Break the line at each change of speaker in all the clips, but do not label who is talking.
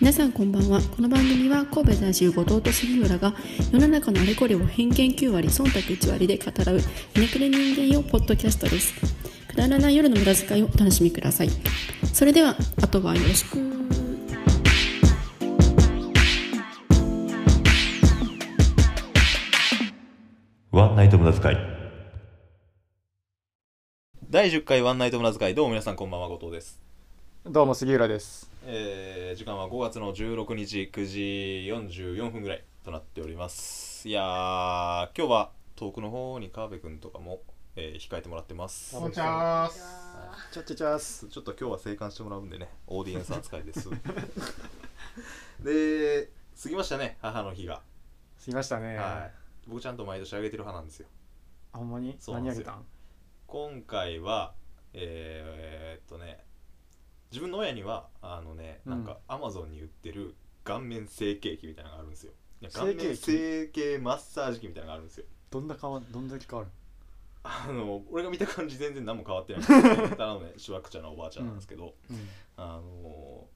皆さんこんばんはこの番組は神戸在住後藤と杉浦が世の中のあれこれを偏見9割忖度1割で語らうひねくれ人間用ポッドキャストですくだらない夜の無駄遣いをお楽しみくださいそれではあとはよろしく
ワンナイト無駄遣い。
第10回ワンナイト無駄遣いどうも皆さんこんばんは後藤です、
どうも杉浦です。
えー、時間は5月の16日9時44分ぐらいとなっておりますいやー今日は遠くの方に川辺くんとかも、えー控えてもらってます
こんにちは。ちゃっちゃちゃーす。
ちょっと今日は生還してもらうんでねオーディエンス扱い ですで過ぎましたね母の日が、
すいましたね。
はい僕ちゃんと毎年あげてる派なんですよ
あほんまに
そうなん
何
で
あ
す
げ
よ
たん
今回はえー、っとね自分の親にはあのねなんかアマゾンに売ってる顔面整形器みたいなのがあるんですよいや顔
整
面
形器
整形マッサージ器みたいなのがあるんですよ
どんな変わどんだけ変わる
あの俺が見た感じ全然何も変わっ てないんですけどただのねしわくちゃなおばあちゃんなんですけど、あの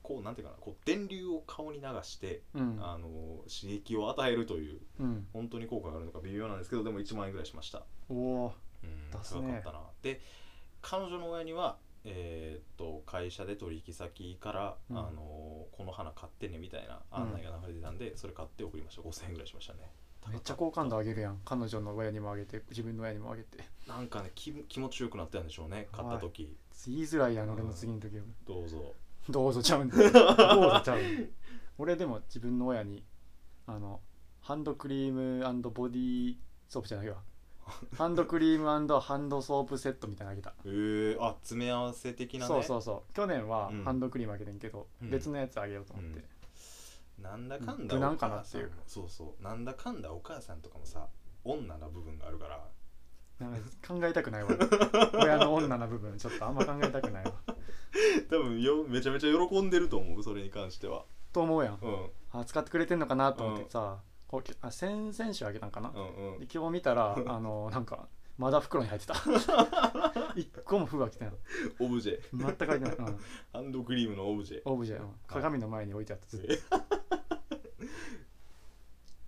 こうなんていうかなこう電流を顔に流して、
うん。
あの刺激を与えるという
うん。
本当に効果があるのか微妙なんですけどでも1万円ぐらいしました
おお
うん
出す
高
ね
かったなで彼女の親にはえーっと会社で取引先から、
うん
あのこの花買ってねみたいな案内が流れてたんで、それ買って送りました5000円ぐらいしましたね
ー。めっちゃ好感度上げるやん。彼女の親にもあげて、自分の親にもあげて。
なんかね気気持ちよくなってたんでしょうね買った時
言いづらいやん、
うん
俺の次の時は。
どうぞ
どうぞちゃ うんだ。どうぞちゃうんだ。俺でも自分の親に、あの、ハンドクリームボディーソープじゃ ないわ。ハンドクリームハンドソープセットみたいなのあげた。
えー、あ詰め合わせ的なね
そうそうそう去年は
うん
ハンドクリームあげてんけど、
うん
別のやつあげようと思って、
なんだかんだ
無
お
難かな
母
っ
さ
て
ん
い
も
う
そうそうなんだかんだお母さんとかもさ女な部分があるから
なんか考えたくないわ親の女の部分ちょっとあんま考えたくないわ
多分よめちゃめちゃ喜んでると思うそれに関しては
と思うやん
うんうん
あ使ってくれてんのかなと思ってさ、こうきあ先々週あげたんかな、
うん
で今日見た らあのなんかまだ袋に入ってた一個も封開けてない
オブジェ
全く開いてない、うん、
ハンドクリームのオブジ
オブジェ、うん鏡の前に置いてあったずっと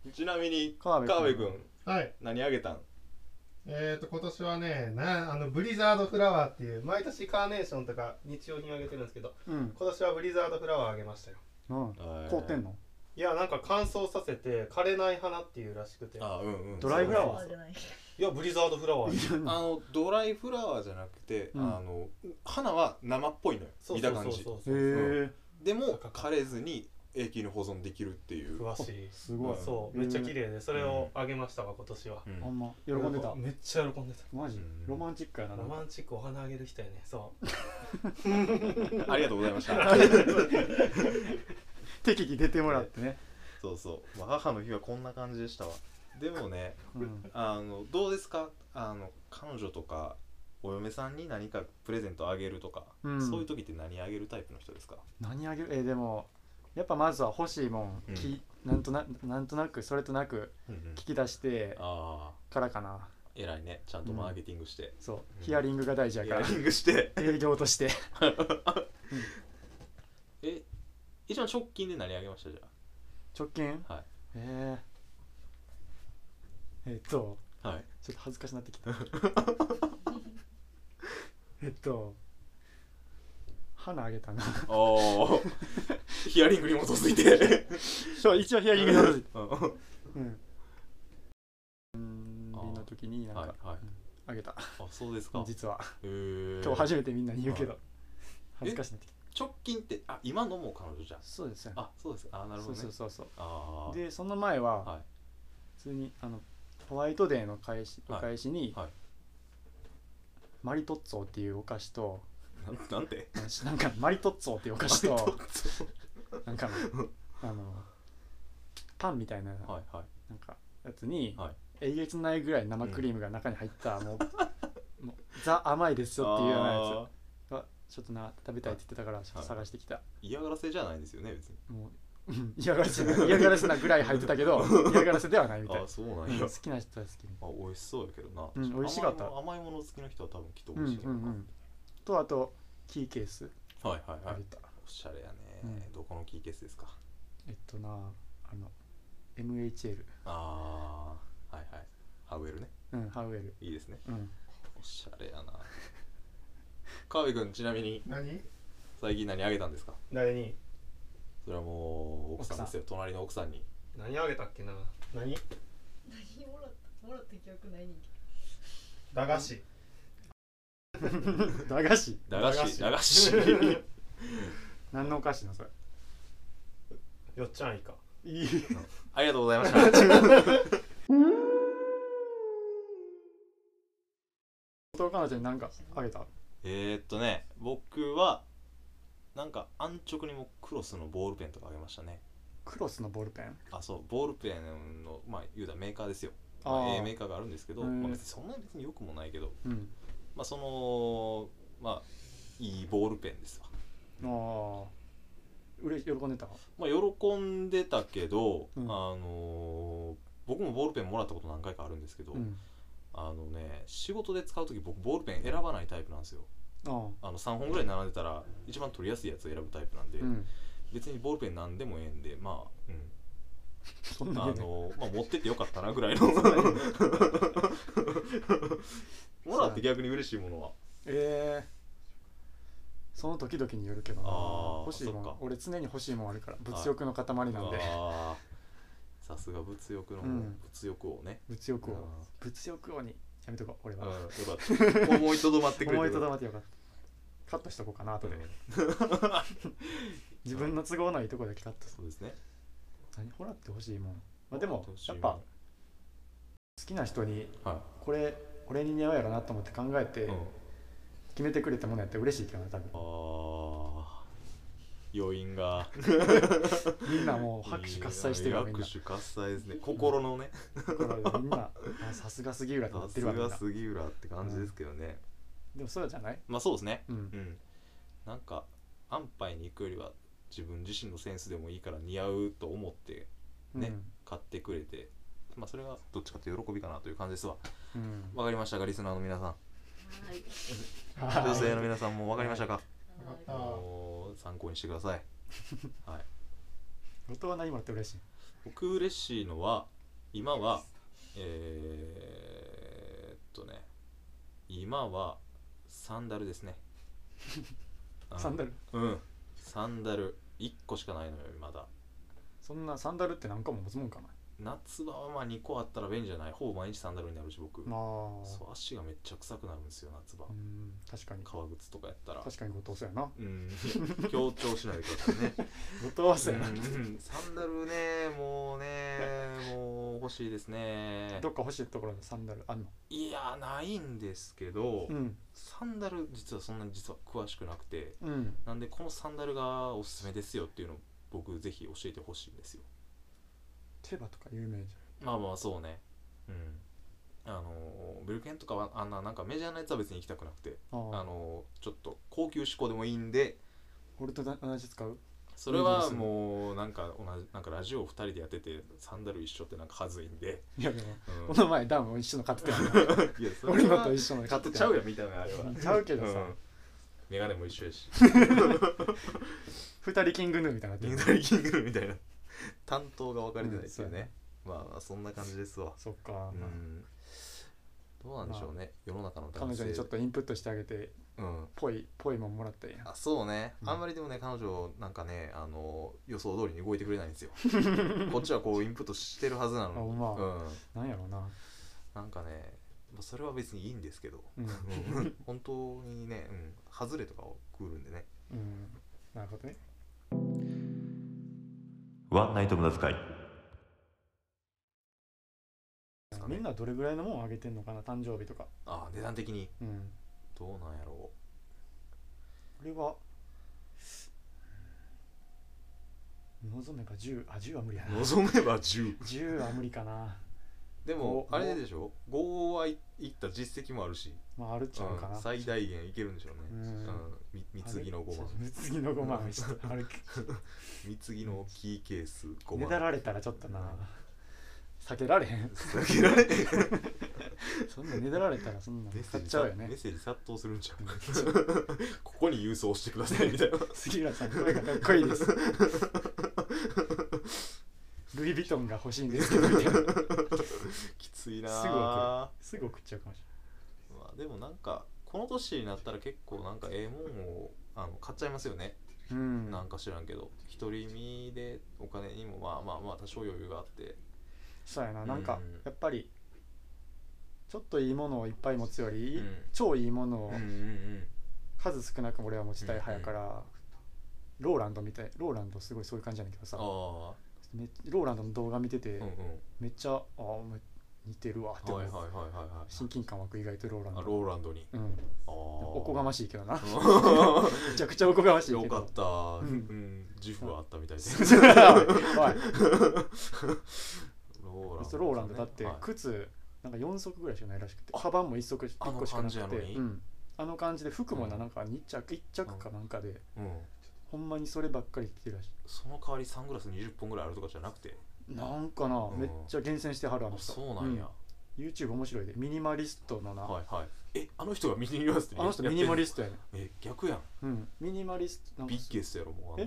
ェちなみに
川
川
辺
辺
君
君
はい、
何あげたん
えー、と今年はねなあのブリザードフラワーっていう毎年カーネーションとか日用品あげてるんですけど
うん、
今年はブリザードフラワーあげましたよ
うん、凍ってんの
いやなんか乾燥させて枯れない花っていうらしくて
あうんうん
ドライフラワ
そうそうそう
いやブリザードフラワー
あのドライフラワーじゃなくて、
うん
あの花は生っぽいのよ
そう
見
そ
た
うそ
感
う
じ
そう
へえ
そう
でも枯れずに永久に保存できるっていう
詳しい
すごい
そうめっちゃ綺麗でそれをあげましたわ今年は
う
あ
ん
んま喜んでた
めっちゃ喜んでた
マジ
うん
ロマンチックやなな
ロ
んか
マンチックお花あげる人やねそ
ありがとうございました
適宜出てもらってね、
そうそう、まあ、母の日はこんな感じでしたわでもね
うん、
あのどうですかあの彼女とかお嫁さんに何かプレゼントあげるとか、
うん
そういう時って何あげるタイプの人ですか
何あげるえーでもやっぱまずは欲しいも
うん
ん、きなんとななんとなくそれとなく聞き出して
ああ
からかな
偉いねちゃんとマーケティングして、
そううんヒアリングが大事や
ヒ
か
ア
ら
リングして
営業として
え一番直近で何あげましたじゃ
直近
はい
えー、えっと
あはい
ちょっと恥ずかしなって きたえっと花あげたな
おおヒアリングに基づいて
そう一応ヒアリングの話
うんは
うんうんの時に
い
なん
はい
かあげた
あそうですか
実は
へー
今日初めてみんなに言うけ
は
ど恥ずかしなってきた
直近ってあ今のも彼女じゃん
そうですよ
あそうですあなるほどね
そうそうそう
ああ
そうでその前は、
はい
普通にあのホワイトデーの返しお
はい
返しに、
はい
マリトッツォっていうお菓子と
なんなんて
なんしなんかマリトッツォっていうお菓子となんかあのパンみたいな,、
はいはい
なんかやつに、
はい
えげつないぐらい生クリームが中に入った、 もうもうザ甘いですよっていうようなや
あ
つがちょっとな食べたいって言ってたからちょっと探してきた、
ー嫌がらせじゃないんですよね別に
もううん嫌がらせ嫌がらせなぐらい入ってたけど嫌がらせではないみたい
あ
な
そうな
うん
ん
好
や
きな人は好きみたい
あ美味しそうやけどな、
うん美味しかった
甘いもの甘いもの好きな人は多分きっと
う
美
んう
味
ん
しいやろ
うんとあとキーケース
はいはい
あ
は
げ
い
た、
おしゃれやね
うん
どこのキーケースですか
えっとなあの MHL
ああはいはいハウエルね
うんハウエル
いいですね
うん
おしゃれやな 川辺君ちなみに
何
最近何あげたんですか
誰に
それはもう奥さんですよ隣の奥さんに
何あげたっけな何
何もらったもらった記憶ないねんけ
駄菓子
駄菓子
駄菓子駄
駄
菓
菓
子
何のお菓子なそれ
よっちゃんいか
いい
ありがとうございま した
弟彼女に何かあげた
えーっとね僕はなんか安直にもクロスのボールペンとかあげましたね
クロスのボールペン
あそうボールペンのまあ言うたらメーカーですよ
あ
まあ
ー
ええメーカーがあるんですけど、
へー
まあ、別にそんなに別に良くもないけど
うん
まあそのまあいいボールペンですわ
ああうれ喜んでた
まあ喜んでたけど、
うん
あのー僕もボールペンもらったこと何回かあるんですけど、
うん
あのね仕事で使う時僕ボールペン選ばないタイプなんですよ
ああ
あの3本ぐらい並んでたら一番取りやすいやつを選ぶタイプなんで、
うん
別にボールペン何でもええんでまあうん
そんな
あ
んやね
のまあ、持ってってよかったなぐらいの もらって逆に嬉しいものは
ええその時々によるけど
あ
な
ー
欲しいも
そっ
ん
か
俺常に欲しいもんあるから物欲の塊なんで
あーさすが物欲の、
うん
物欲をね、
物欲を
あ
物欲をにやめとこう俺
ーうん、
は
よかった思いとどまってくれて
思いとどまってよかったカットしとこうかな後で
うん
自分の都合のいいとこだけカットす
そうですね、
る何ほらってほしいもんまあでも
どうし
や
よ
っ
う
ぱ好きな人に
は
これ俺に似合うやろなと思って考え
い、
て
うん、あ
決めてくれたものやって嬉しいけどな多分
あ余韻が
みんなもう拍手喝采してるわみんな
拍手喝采ですね心の ね
心でみんなあさすが杉浦ってな
さ
って
す
るわみん
が
な
杉浦って感じですけどね、
でもそうじゃない
まあそうですね
う
うんんなんか安牌に行くよりは自分自身のセンスでもいいから似合うと思ってね買ってくれてまあそれがどっちかというと喜びかなという感じですわ
うんうん
わかりましたかリスナーの皆さん
どはい
女性の皆さんもわかりましたか
わかった
は
あー
もう参考にしてくださいはい
音は何もらって嬉しい
僕嬉しいのは今はえー、っとね今はサンダル ですねあの
サンダル
うんサンダル1個しかないのよまだ
そんなサンダルって何個も持つもんかな
夏場はまあ2個あったら便利じゃないほぼ毎日サンダルになるし僕
ま
そ
あ
う足がめっちゃ臭くなるんですよ夏場
うん確かに
革靴とかやったら
確かに後藤そうやな
うん強調しないでくださいね
後藤は そうやな
うんサンダルねもうねもう欲しいですね
どっか欲しいところのサンダルあんの
いやないんですけど、
うん
サンダル実はそんなに実は詳しくなくて
うん
なんでこのサンダルがおすすめですよっていうのを僕ぜひ教えてほしいんですよ
手羽とか有名じ
まあまあそうねうんあのブルケンとかはあんななんかメジャーなやつは別に行きたくなくて
ゃんあ
あ
あ
のちょっと高級志向でもいいんで
俺と同じ使う
それはもうなんか同じなんかラジオを2人でやっててサンダル一緒ってなんかはずいんで、
いやでも
う ん
この前ダウンを一緒の買ってたやん
いやそれ
俺の
は
と一緒の
ちょ
買
っ
っ
と
て
ちゃ
たやん
うやん見た目あれは
ちゃうけど
う
さ
んメガネも一緒やし
二人キングヌーみたいに
ニン
なって
グ
る
ルキングルみたいな担当が分かれてないですよね、まあまあそんな感じですわ
そっか
う
まあ
んどうなんでしょうね、世の中の
彼
男性
女にちょっとインプットしてあげて
うん
ぽいぽいもんもらったらいいやん
あそうね、
うん
あんまりでもね彼女なんかねあの予想通りに動いてくれないんですよこっちはこうインプットしてるはずなのに、
あま
うん、
なんやろうな
なんかねまあそれは別にいいんですけど、
うん
うん 本当にね、うん、外れとかを食うんでね
うんなるほどね
ワンナイト無駄遣い。
ですかね
みんなどれぐらいのもんあげてんのかな誕生日とか
あ値段的に
うん
どうなんやろ
俺は望めば10あ10は無理や
う
な
望めば10
10は無理かな
でも
ご
あれでしょ5はい行った実績もあるし、
まああるっちゃうか
う
なん
最大限いけるんでしょうね、
う
うんんみ貢ぎの5万
貢ぎの5万ちょっと歩き
貢ぎのキーケース5
ね
万
だられたらちょっとな避けられへん
避けられへん
そんなねだられたらそんな
メッセ
買
ー
っ
ジ
ちゃうよね
メッセージ殺到するんちゃう ここに郵送してくださいみ たいな
杉浦さん声がかっこいいですルイ・ヴィトンが欲しいんですけどみたいな
きついな
すぐ
あ
送るすぐ送っちゃうかもし
まあでもなんかこの年になったら結構なんかええもんをあの買っちゃいますよね、
れないうん
なんか知らんけど独り身でお金にもまあまあまあ多少余裕があって
そうやな
うん
なんかやっぱりちょっといいものをいっぱい持つより、
うん
超いいもの
う
を
んうんうん
数少なく俺は持ちたい派やから、ローランドみたいローランドすごいそういう感じなんだけどさ
ああ
めローランドの動画見てて、
うんうん
めっちゃああお前似てるわって思
は
う、
いはいはいはいはい
親近感湧く意外とローラン
あ
ド
ローランドに
うん、
ああ
おこがましいけど な
よ
めちゃくちゃ おこがましいけど
かった、うんん、自負はあったみたい で
おいおい
ロ
そうローランドだっ
ね
て
はい
靴なんか4足ぐらいしかないらしくてカバンも1足一
あの
個しかなくて
感じやのに
うんあの感じで服もな
うん
なんか2着1着かなんかで、
うん、
ほんまにそればっかり着てるらし
その代わりサングラス20本ぐらいあるとかじゃなくて
いなんかな、
ん
めっちゃ厳選してはるあの
あ
人
そうなんや、
うん YouTube 面白いでミニマリストのな、
はいはいえあの人がミニマリスト
あの人ミニマリ
ス
ストやね
え逆やん
うんミニマリストなんか
ビッゲスやろもうあん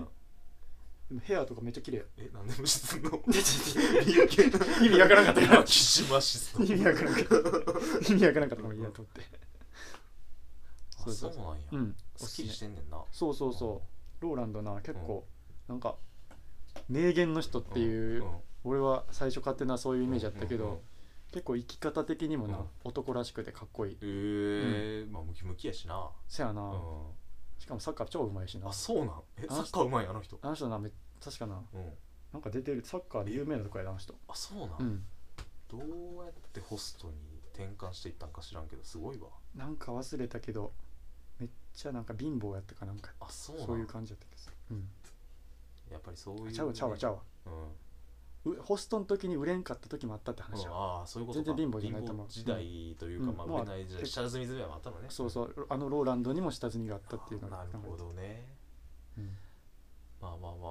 な
でもヘアとかめっちゃ綺麗や
えなんで無視すん の 意
意味わからんかったから
キ シマシスト
意味わからんかった意味わからんかったからいいやと思って
あそうなんや、
う
好
んおすす
き
め
りしてんねんな
そうそうそうローランドな結構なんか名言の人っていう、
んん
俺は最初勝手なそういうイメージだったけど、
うんうんうん
結構生き方的にもな、
うん
男らしくてかっこいい
えーまあムキムキやしな、
せやな、
う
しかもサッカー超うまいし
ん、
な
あそうなんえ
あ
サ
の人
ッカーうまいあの人
あの人なめ確かな
うん
なんか出てるサッカーで有名なとこやなあの人
あそうなん、
うん
どうやってホストに転換していったんか知らんけどすごいわ
なんか忘れたけどめっちゃなんか貧乏やったかなんか
あそうなん
そういう感じやったけどさ、うん
やっぱりそういう
ちゃうわちゃうわちゃうわ
うん、うん
うホストの時に売れんかった時もあったって話や、
ああそういうことか
全然貧乏じゃないと思う
貧乏時代というか、
うん
まあ
まあ
売れない時代
結
下積み時代もあったのね
そうそうあのローランドにも下積みがあったっていうのが
なるほどね
うん
まあまあまあ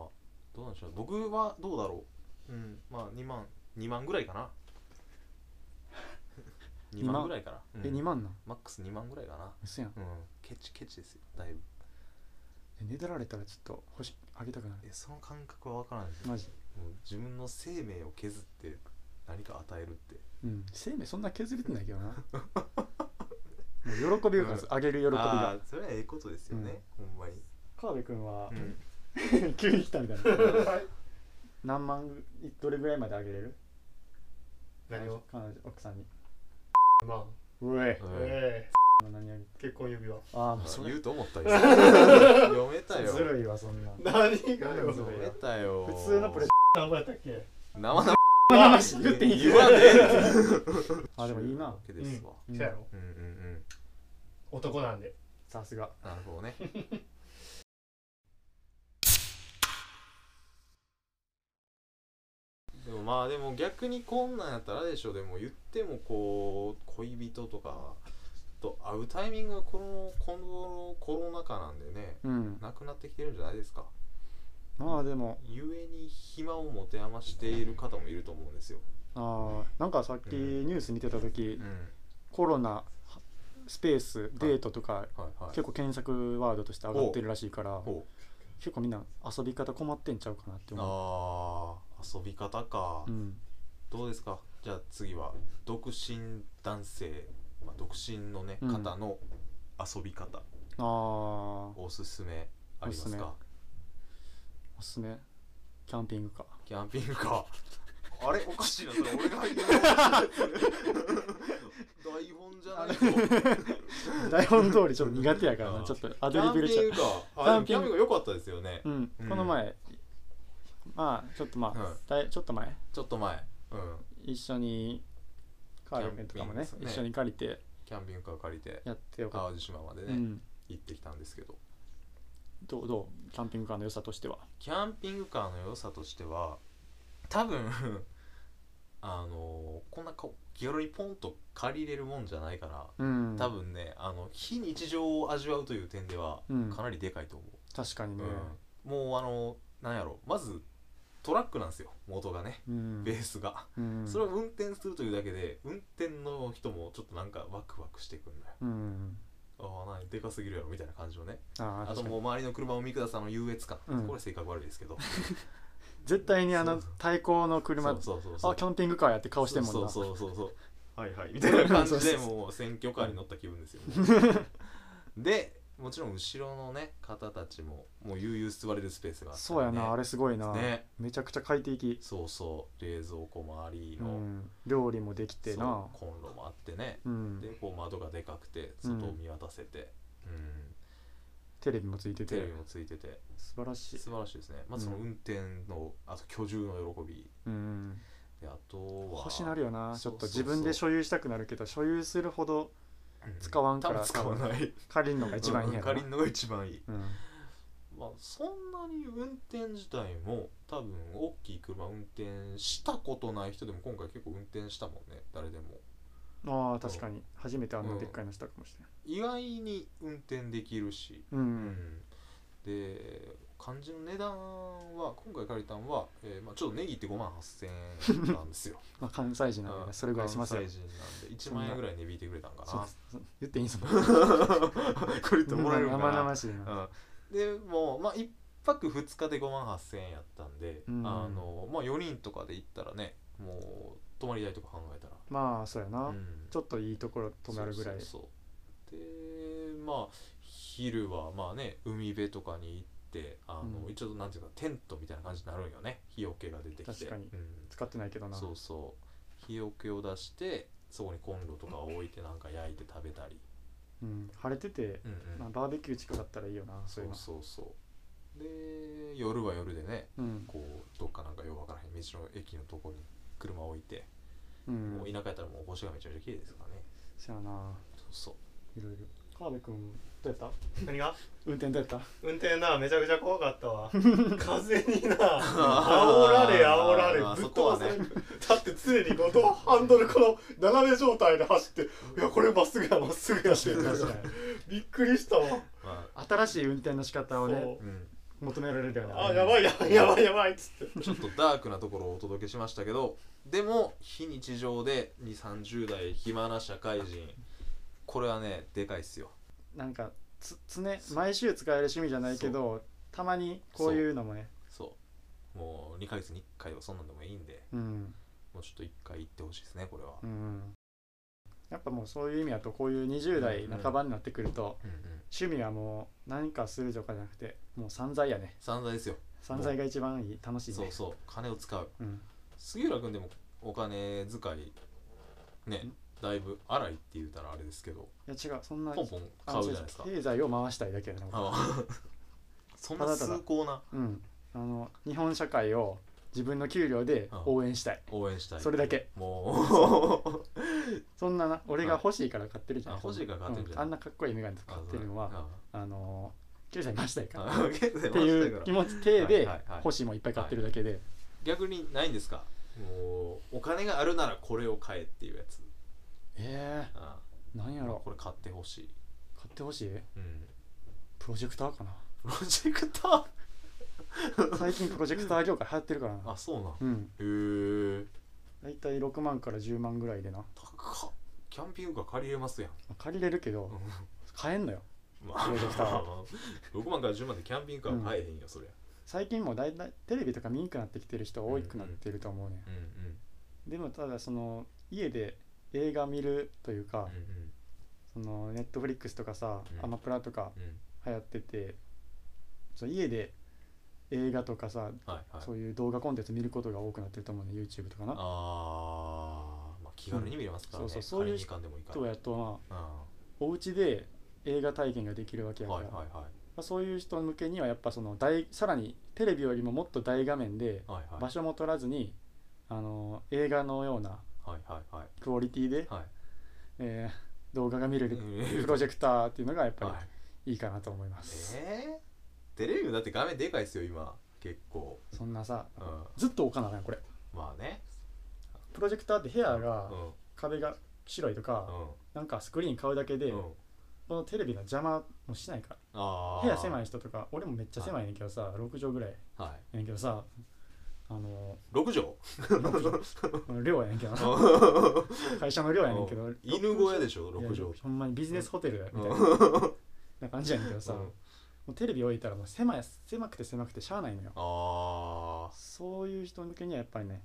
どうなんでしょう僕はどうだろううんまあ2万2万ぐらい かな2万ぐらいかな、
え
うん
2万なん
マックス2万ぐらいかな
嘘やん
うんケチケチですよだいぶ
えねだられたらちょっと欲しあげたくなる
えその感覚は分からないです
マジ
もう自分の生命を削って何か与えるって
うん生命そんな削れてないけど なもう喜びが
うん
あげる喜び
あ
が
あそれはええことですよね、ほんまに、
川辺君は
うん
急に来た みたいな何万ぐどれぐらいまであげれる
何を
彼女奥さんに
まあ、
うえ
うん
え
何あげ
え結婚指輪
ああも
ま
う
あ
そ
言
れ
うと思 ったよ読めたよ
ずるいわそんな
何がよ
ず
読
るい
めたよ
普通のプレゼ
何番やったっけ
生な
ント言っていい
言わねえ
あでもいいな
わけですわ、
うん
そやろ
うん、うんうん
男なんで
さすが
なるほどね でもまあでも逆にこんなんやったらあれでしょでも言ってもこう恋人とかと会うタイミングがこの今後のコロナ禍なんでね
うん
なくなってきてるんじゃないですか
まあでも
ゆえに暇を持て余している方もいると思うんですよ、
あーなんかさっき
うん
ニュース見てた時、
うん、
コロナスペースデートとか
はいはい
結構検索ワードとして上がってるらしいから
ほ
結構みんな遊び方困ってんちゃうかなって
う
思う
あー遊び方か、
うん
どうですかじゃあ次は独身男性、まあ、独身のね
うん
方の遊び方、
あーお
おすすめありま
おす
す
すめ
か
すすめキャンピングか
キャンピングカー あれおかしいなそれ俺が入ってる 台本じゃないぞ
台本通りちょっと苦手やから
あ
な
ー
ちょっとア
キ
ドリ
ャン
ブ
ピ
入れちゃ
ン
う
グカーあでもキャンピングカー良かったですよね、
うん
うん
この前まあちょっとま
う
あ
ん
だいちょっと前
ちょっと前、うん、
一緒にカーペンとかもね
キャンピング
一緒に借りて
キャンピングカー借りて
やってよかっ
淡路島まで
た
ね、
うん
行ってきたんですけど
どうどうキャンピングカーの良さとしては
キャンピングカーの良さとしては多分 あのこんなこう気軽にポンと借りれるもんじゃないから
うん
多分ねあの非日常を味わうという点では
うん
かなりでかいと思
確かに
う、
ね
うんもうあのなんやろまずトラックなんですよ元がね
うん
ベースが、
うん
それを運転するというだけで運転の人もちょっとなんかワクワクしてくんのよ
うん
ああなにでかすぎるやろみたいな感じのね
あー
あと
確か
もう
に
周りの車を見下さんの優越感、
うん
これ性格悪いですけど
絶対にあの
そう
対向の車あキ
そうそうそうそう
ャンピングカーやって顔してんもんな
そうそうそうそうそうはいはいみたいな感じでもう選挙カーに乗った気分ですよ でもちろん後ろのね方たちももう悠々座れるスペースがあったりね
そうやなあれすごいな
ね
めちゃくちゃ快適
そうそう冷蔵庫もあり
う
の、
ん料理もできてな
そうコンロもあってね
うん
でこう窓がでかくて
うん
外を見渡せて、うん
テレビもついて
テレ
て
ビもついてて
素晴らしい
素晴らしいですねまずその運転のあと居住の喜び
うん
であとは
欲しなるよなち
そ
ょ
う
っと
そうそう
自分で所有したくなるけど所有するほど
うん
使わんから
多分使わない
借りるのが一番いいんや
うん借
ろ
りる
な
のが一番いい
うん
まあ、そんなに運転自体も多分大きい車運転したことない人でも今回結構運転したもんね誰でも
ああ確かに初めてあ
うんん
なでっかいのしたかもしれない
意外に運転できるし、
う
うんで漢字の値段は今回借りたんは、えーまあ、ちょっとネギって5万8000円なんですよ
まあ関西人なの
う
で
ん
それぐ らいしますよ
関西人なんで1万円ぐらい値引いてくれたんか
そう
な
そう言っていいんすもん
これってもらえるんか
生
な
々しいな
うん、でもう、まあ、1泊2日で5万8,000円やったんで、
うん
あのまあ、4人とかで行ったらねもう泊まりたいとか考えたら、
まあそうやな
うん
ちょっといいところ泊まるぐらい
そうそうそうでまあ昼はまあね海辺とかに行ってあの、
うん
一応なんていうかテントみたいな感じになるんよね日よけが出てきて
確かに
うん
使ってないけどな
そうそう日よけを出してそこにコンロとかを置いてなんか焼いて食べたり、
うん晴れてて
うんうん
まあバーベキュー近かったらいいよなそ
そう
いう
う
の
そうそうで夜は夜でね
うん
こうどっかなんかようわからへん道の駅のとこに車を置いて、
うん
もう田舎やったらもう星がめちゃめちゃ綺麗ですからね
そうやな
そうそう
いろいろ川辺君どうやった
何が
運転どうやった
運転なめちゃくちゃ怖かったわ風にな煽られ煽られ
あー
ぶっ
そこは
飛ば
ね
される、だって常に後藤ハンドルこの斜め状態で走っていやこれまっすぐやまっすぐやって
確か
びっくりしたわ
ま
に新しい運転の仕方をね
そう
あうん
求められるよね
あやばいやばいやばいやばいっつって
ちょっとダークなところをお届けしましたけどでも非日常で2 3 0代暇な社会人これはねでかいっすよ
なんかつ常毎週使える趣味じゃないけどたまにこういうのもね
そうもう2ヶ月に1回はそんなんでもいいんで
うん
もうちょっと1回行ってほしいですねこれは、
うんやっぱもうそういう意味だとこういう20代半ばになってくると
うんうん、
趣味はもう何かするとかじゃなくてもう散財やね
散財ですよ
散財が一番いい楽しい
そ
ね
うそう金を使う
うん
杉浦君でもお金遣いね
ん
だいぶ荒いって言うたらあれですけど
いや違うそんな
ポンポン
あ
買うじゃないですか
そう経済を回したいだけやね僕
あそんな崇高な
うんあの日本社会を自分の給料で応援したい
応援したい
それだけ
もう
そんなな俺が欲しいから買ってるじゃん
あ欲しいから買ってるじゃん
うんあんなかっこいいメガネとか買ってるのはあのー経済回したいから
あ現在
っていう気持ち体
はい
で
はいはい
欲しいもんいっぱい買ってるだけで
逆にないんですかもうお金があるならこれを買えっていうやつ
え
あ
ー、なんや
あ
ろ
これ買ってほしい、
買ってほしい
うん、
プロジェクターかな
プロジェクター
最近プロジェクター業界流行ってるからな
あそうなん
うん
へえ
大体6万から10万ぐらいでなま
高っキャンピングカー借りれますやん
あ借りれるけど
うん
買えんのよ
まあ、
プロジェクター
6万から10万でキャンピングカーは買えへんよ、そりゃ。
最近もう大体テレビとか見にくくなってきてる人多くなってると思うね、
うんうん
ん、でもただその家で映画見るというか、
う
そのネットフリックスとかさ、
うん
アマプラとか
んうん。
流行っててそう家で映画とかさ、
はいはい。
そういう動画コンテンツ見ることが多くなってると思うね YouTube とかな
あー、まあ、気軽に見れますからね。
うんそうそうそう
仮
いう
に時間でもいいから。
とやとまあ
うん
お家で映画体験ができるわけやか
はい
ら、
はい
ま
は
あ、そういう人向けにはやっぱその大さらにテレビよりももっと大画面で
い。はいはい。
場所も取らずに、あの映画のような
はいはいはい。
クオリティで、
はい。
えー動画が見れる
うん
プロジェクターっていうのがやっ
は
ぱ
い、
りいいかなと思います、
えー、テレビもだって画面でかいっすよ、今。結構。
そんなさ
うん。
ずっと置かなあかんこれ
まあね。
プロジェクターって部屋が
うん。
壁が白いとか、
うん。
なんかスクリーン買うだけで、
うん。
このテレビの邪魔もしないから
ああ。
部屋狭い
い。
人とか俺もめっちゃ狭いねんけどさ、6畳ぐらい
は
やねんけどさあ あの
6畳
寮やねんけどな会社の寮やねんけど
犬小屋でしょ6
い
畳
やほんまにビジネスホテルみたいな,、な感じやねんけどさ、
うん
もうテレビ置いたらもう狭い狭くて狭くてしゃあないのよ
あー
そういう人向けにはやっぱりね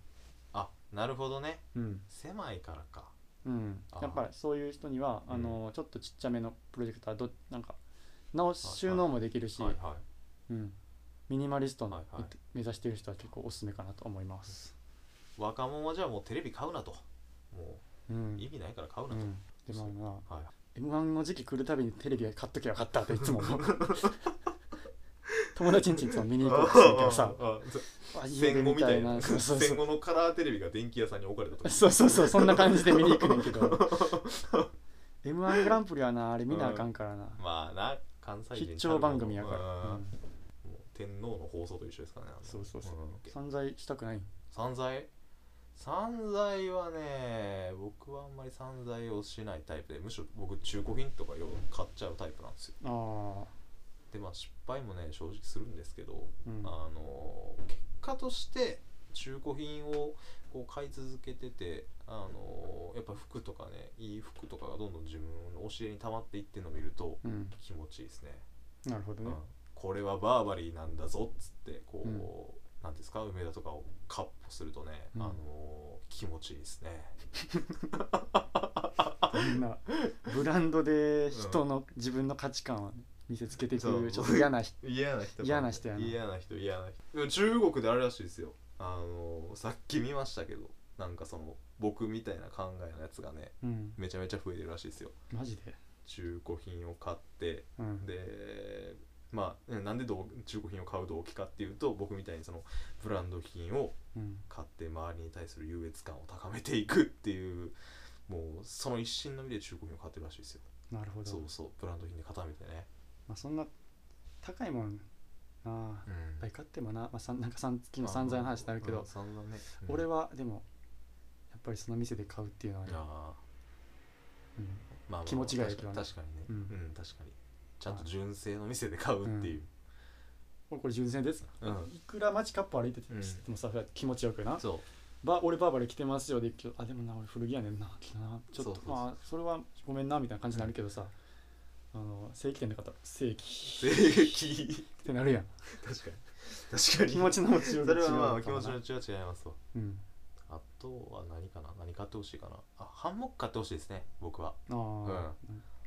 あなるほどね
うん
狭いからか
うん
あー
やっぱりそういう人には
うん
あのちょっとちっちゃめのプロジェクターどなんか直
はい
収納もできるし、
はいは
うん、ミニマリストの
はいはい
目指している人は結構おすすめかなと思います、
い若者はじゃあもうテレビ買うなとも
うん
う意味ないから買う
う
なと、
ん、でもな
はい
m 1の時期来るたびにテレビは買っときゃよかったっていつも 思う友達んちにいつも見に行こうとするけど さ
あ
あ家で
戦後
み
みた
たい
いな
なそうそうそ
戦
う
後のカラーテレビが電気屋さんに置かれたとか
そうそうそうそんな感じで見に行くねんけ ど m 1グランプリはなあれ見なあかんからな、
まあな関西人
必聴番組やから、
うん
うん
もう天皇の放送と一緒ですからねあの
そうそうそうん散財したくない
散財散財はね僕はあんまり散財をしないタイプでむしろ僕中古品とかよく買っちゃうタイプなんですよ
ああ
でまあ失敗もね正直するんですけど、
うん
あの結果として中古品をこう買い続けててあのやっぱ服とかねいい服とかがどんどん自分の押し入れに溜まっていってるのを見ると
うん
気持ちいいですね、
なるほど
う
ね
ん、これはバーバリーなんだぞっつってこう、
うん
なんていうんですか梅田とかをカッポするとね、
うん
あの気持ちいいですね
こんなブランドで人 の自分の価値観を見せつけてい
そう
くちょっと嫌な人
嫌な人
嫌な人やな
嫌な人嫌な人でも中国であるらしいですよあのさっき見ましたけどなんかその僕みたいな考えのやつがね
うん
めちゃめちゃ増えてるらしいですよ
マジで
中古品を買って
うん
でまあねなんで動中古品を買う動機かっていうと僕みたいにそのブランド品を
うん
買って周りに対する優越感を高めていくっていうもうその一心のみで中古品を買ってるらしいですよ
なるほど
そうそうブランド品で固めてね、
まあそんな高いもんなあ
う
いっぱ
ん
い買ってもな、まあ、さんなんかさん月の散々の話になるけど、
散々ね、うん
俺はでもやっぱりその店で買うっていうのはね
いやー、まあまあ
気持ちがいいけ
確か
どね
に確かにね
う
うんん、確かにちゃんと純正の店で買うっていう、
俺これ純正です、
うん
いくらマチカップ歩いてて
うん
もさ、気持ちよくな
そう
ば俺バーバル着てますよで今日あでもな俺古着やねんな着たなちょっと
そうそうそう
まあそれはごめんなみたいな感じになるけどさ、あの正規店の方正規
正規
ってなるやん
確かに確かに
気持ちの持ちよう
それはま
違
あ
う
気
から
持
な
ちのうちは違いますわ
うん
あとは何かな何買ってほしいかなあハンモック買ってほしいですね僕は
ああ、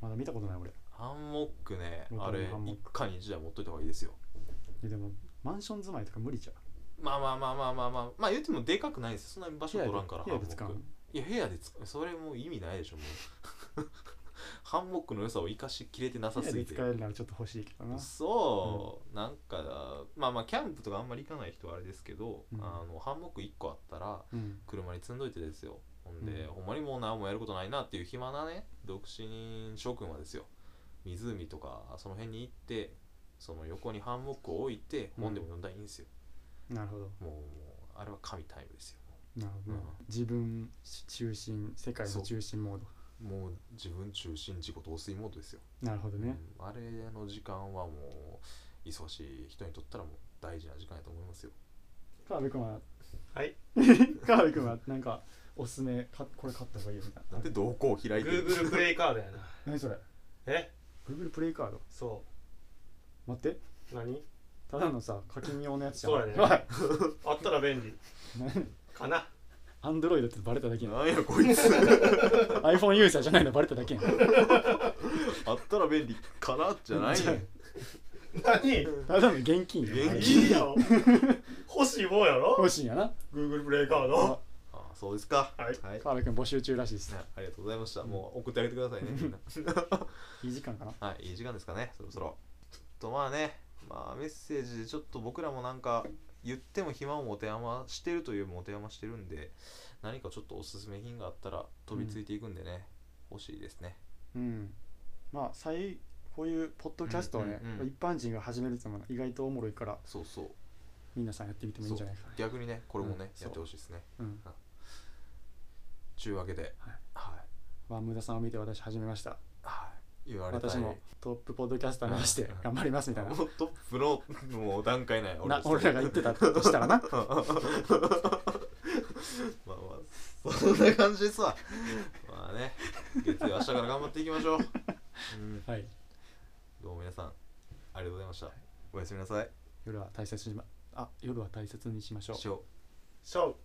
まだ見たことない俺い
ハンモックね
僕も
あれ
ハンモッ
一家に一台持っといた方がいいですよ
やでもマンション住まいとか無理じゃん
まあまあまあまあまあまあまあ言ってもでかくないですそんなに場所
部屋
取
で
らんから
部
ハン
屋
モ
で使
ッ
う
ク
の
いや部屋で使うそれもう意味ないでしょもう ハンモックの良さを生かしきれてなさ
部屋
す
で
ぎて
使えるならちょっと欲しいけどな
そう、なんかまあまあキャンプとかあんまり行かない人はあれですけど、
うん
あのハンモック1個あったら
うん
車に積んどいてですよほんで、
うん
ほんまにもう何もやることないなっていう暇なね独身諸君はですよ湖とかその辺に行ってその横にハンモックを置いて
うん
本でも読んだらいいんですよ、
なるほど
もうもうあれは神タイムですよ
なるほど、
うん
自分中心世界の中心モード
もう自分中心自己同水モードですよ、
なるほどね、
うんあれの時間はもう忙しい人にとったらもう大事な時間やと思いますよ
川辺君は
はい
川辺君はなんかおすすめかこれ買った方がいいよみたいな
なんで動向を開いてる
Google プレイカードやな
何それ
え
Google プレイカード
そ
待って
う何
ただのさ課金用のやつじゃん
そうやね
はい
あったら便利
何
かな
Android ってバレただけやん
なんやこいつ
iPhone ユーザーじゃないのバレただけやん
あったら便利かなじゃないんや
何
ただの現金やん
現
いいや ろ欲しい方やろ
欲しいんやな
Google プレイカード
ああそうですか
はい
はい
川辺君募集中らしいです
ありがとうございました。もう送ってあげてくださ いね、みんな。
いい時間かな
はい、いい時間ですかね、そろそろ。ちょっとまあね、まあメッセージでちょっと僕らもなんか、言っても暇を持て余してるという持て余してるんで、何かちょっとおすすめ品があったら飛びついていくんでね、欲しいですね。
うんまあ最こういうポッドキャストをね、
うんうんうん
一般人が始めるっていうのも意外とおもろいから
そうそう。
皆さんやってみてもいいんじゃないかな
逆にね、これも
うん
ね、
そう
やってほしいですね。
うん、
ちゅうわけで、
はい
はい。
ワンムダさんを見て私始めました
はい。言われたい
私もトップポッドキャスター目指して頑張りますみ たいな
もうトップのもう段階ない
な俺らが言ってたとした らな
まあまあそんな感じですわまあね月曜明日から頑張っていきましょう、うん、
はい
どうも皆さんありがとうございましたおやすみなさい
夜は大切にしまあ夜は大切にしましょう
しよう
ショー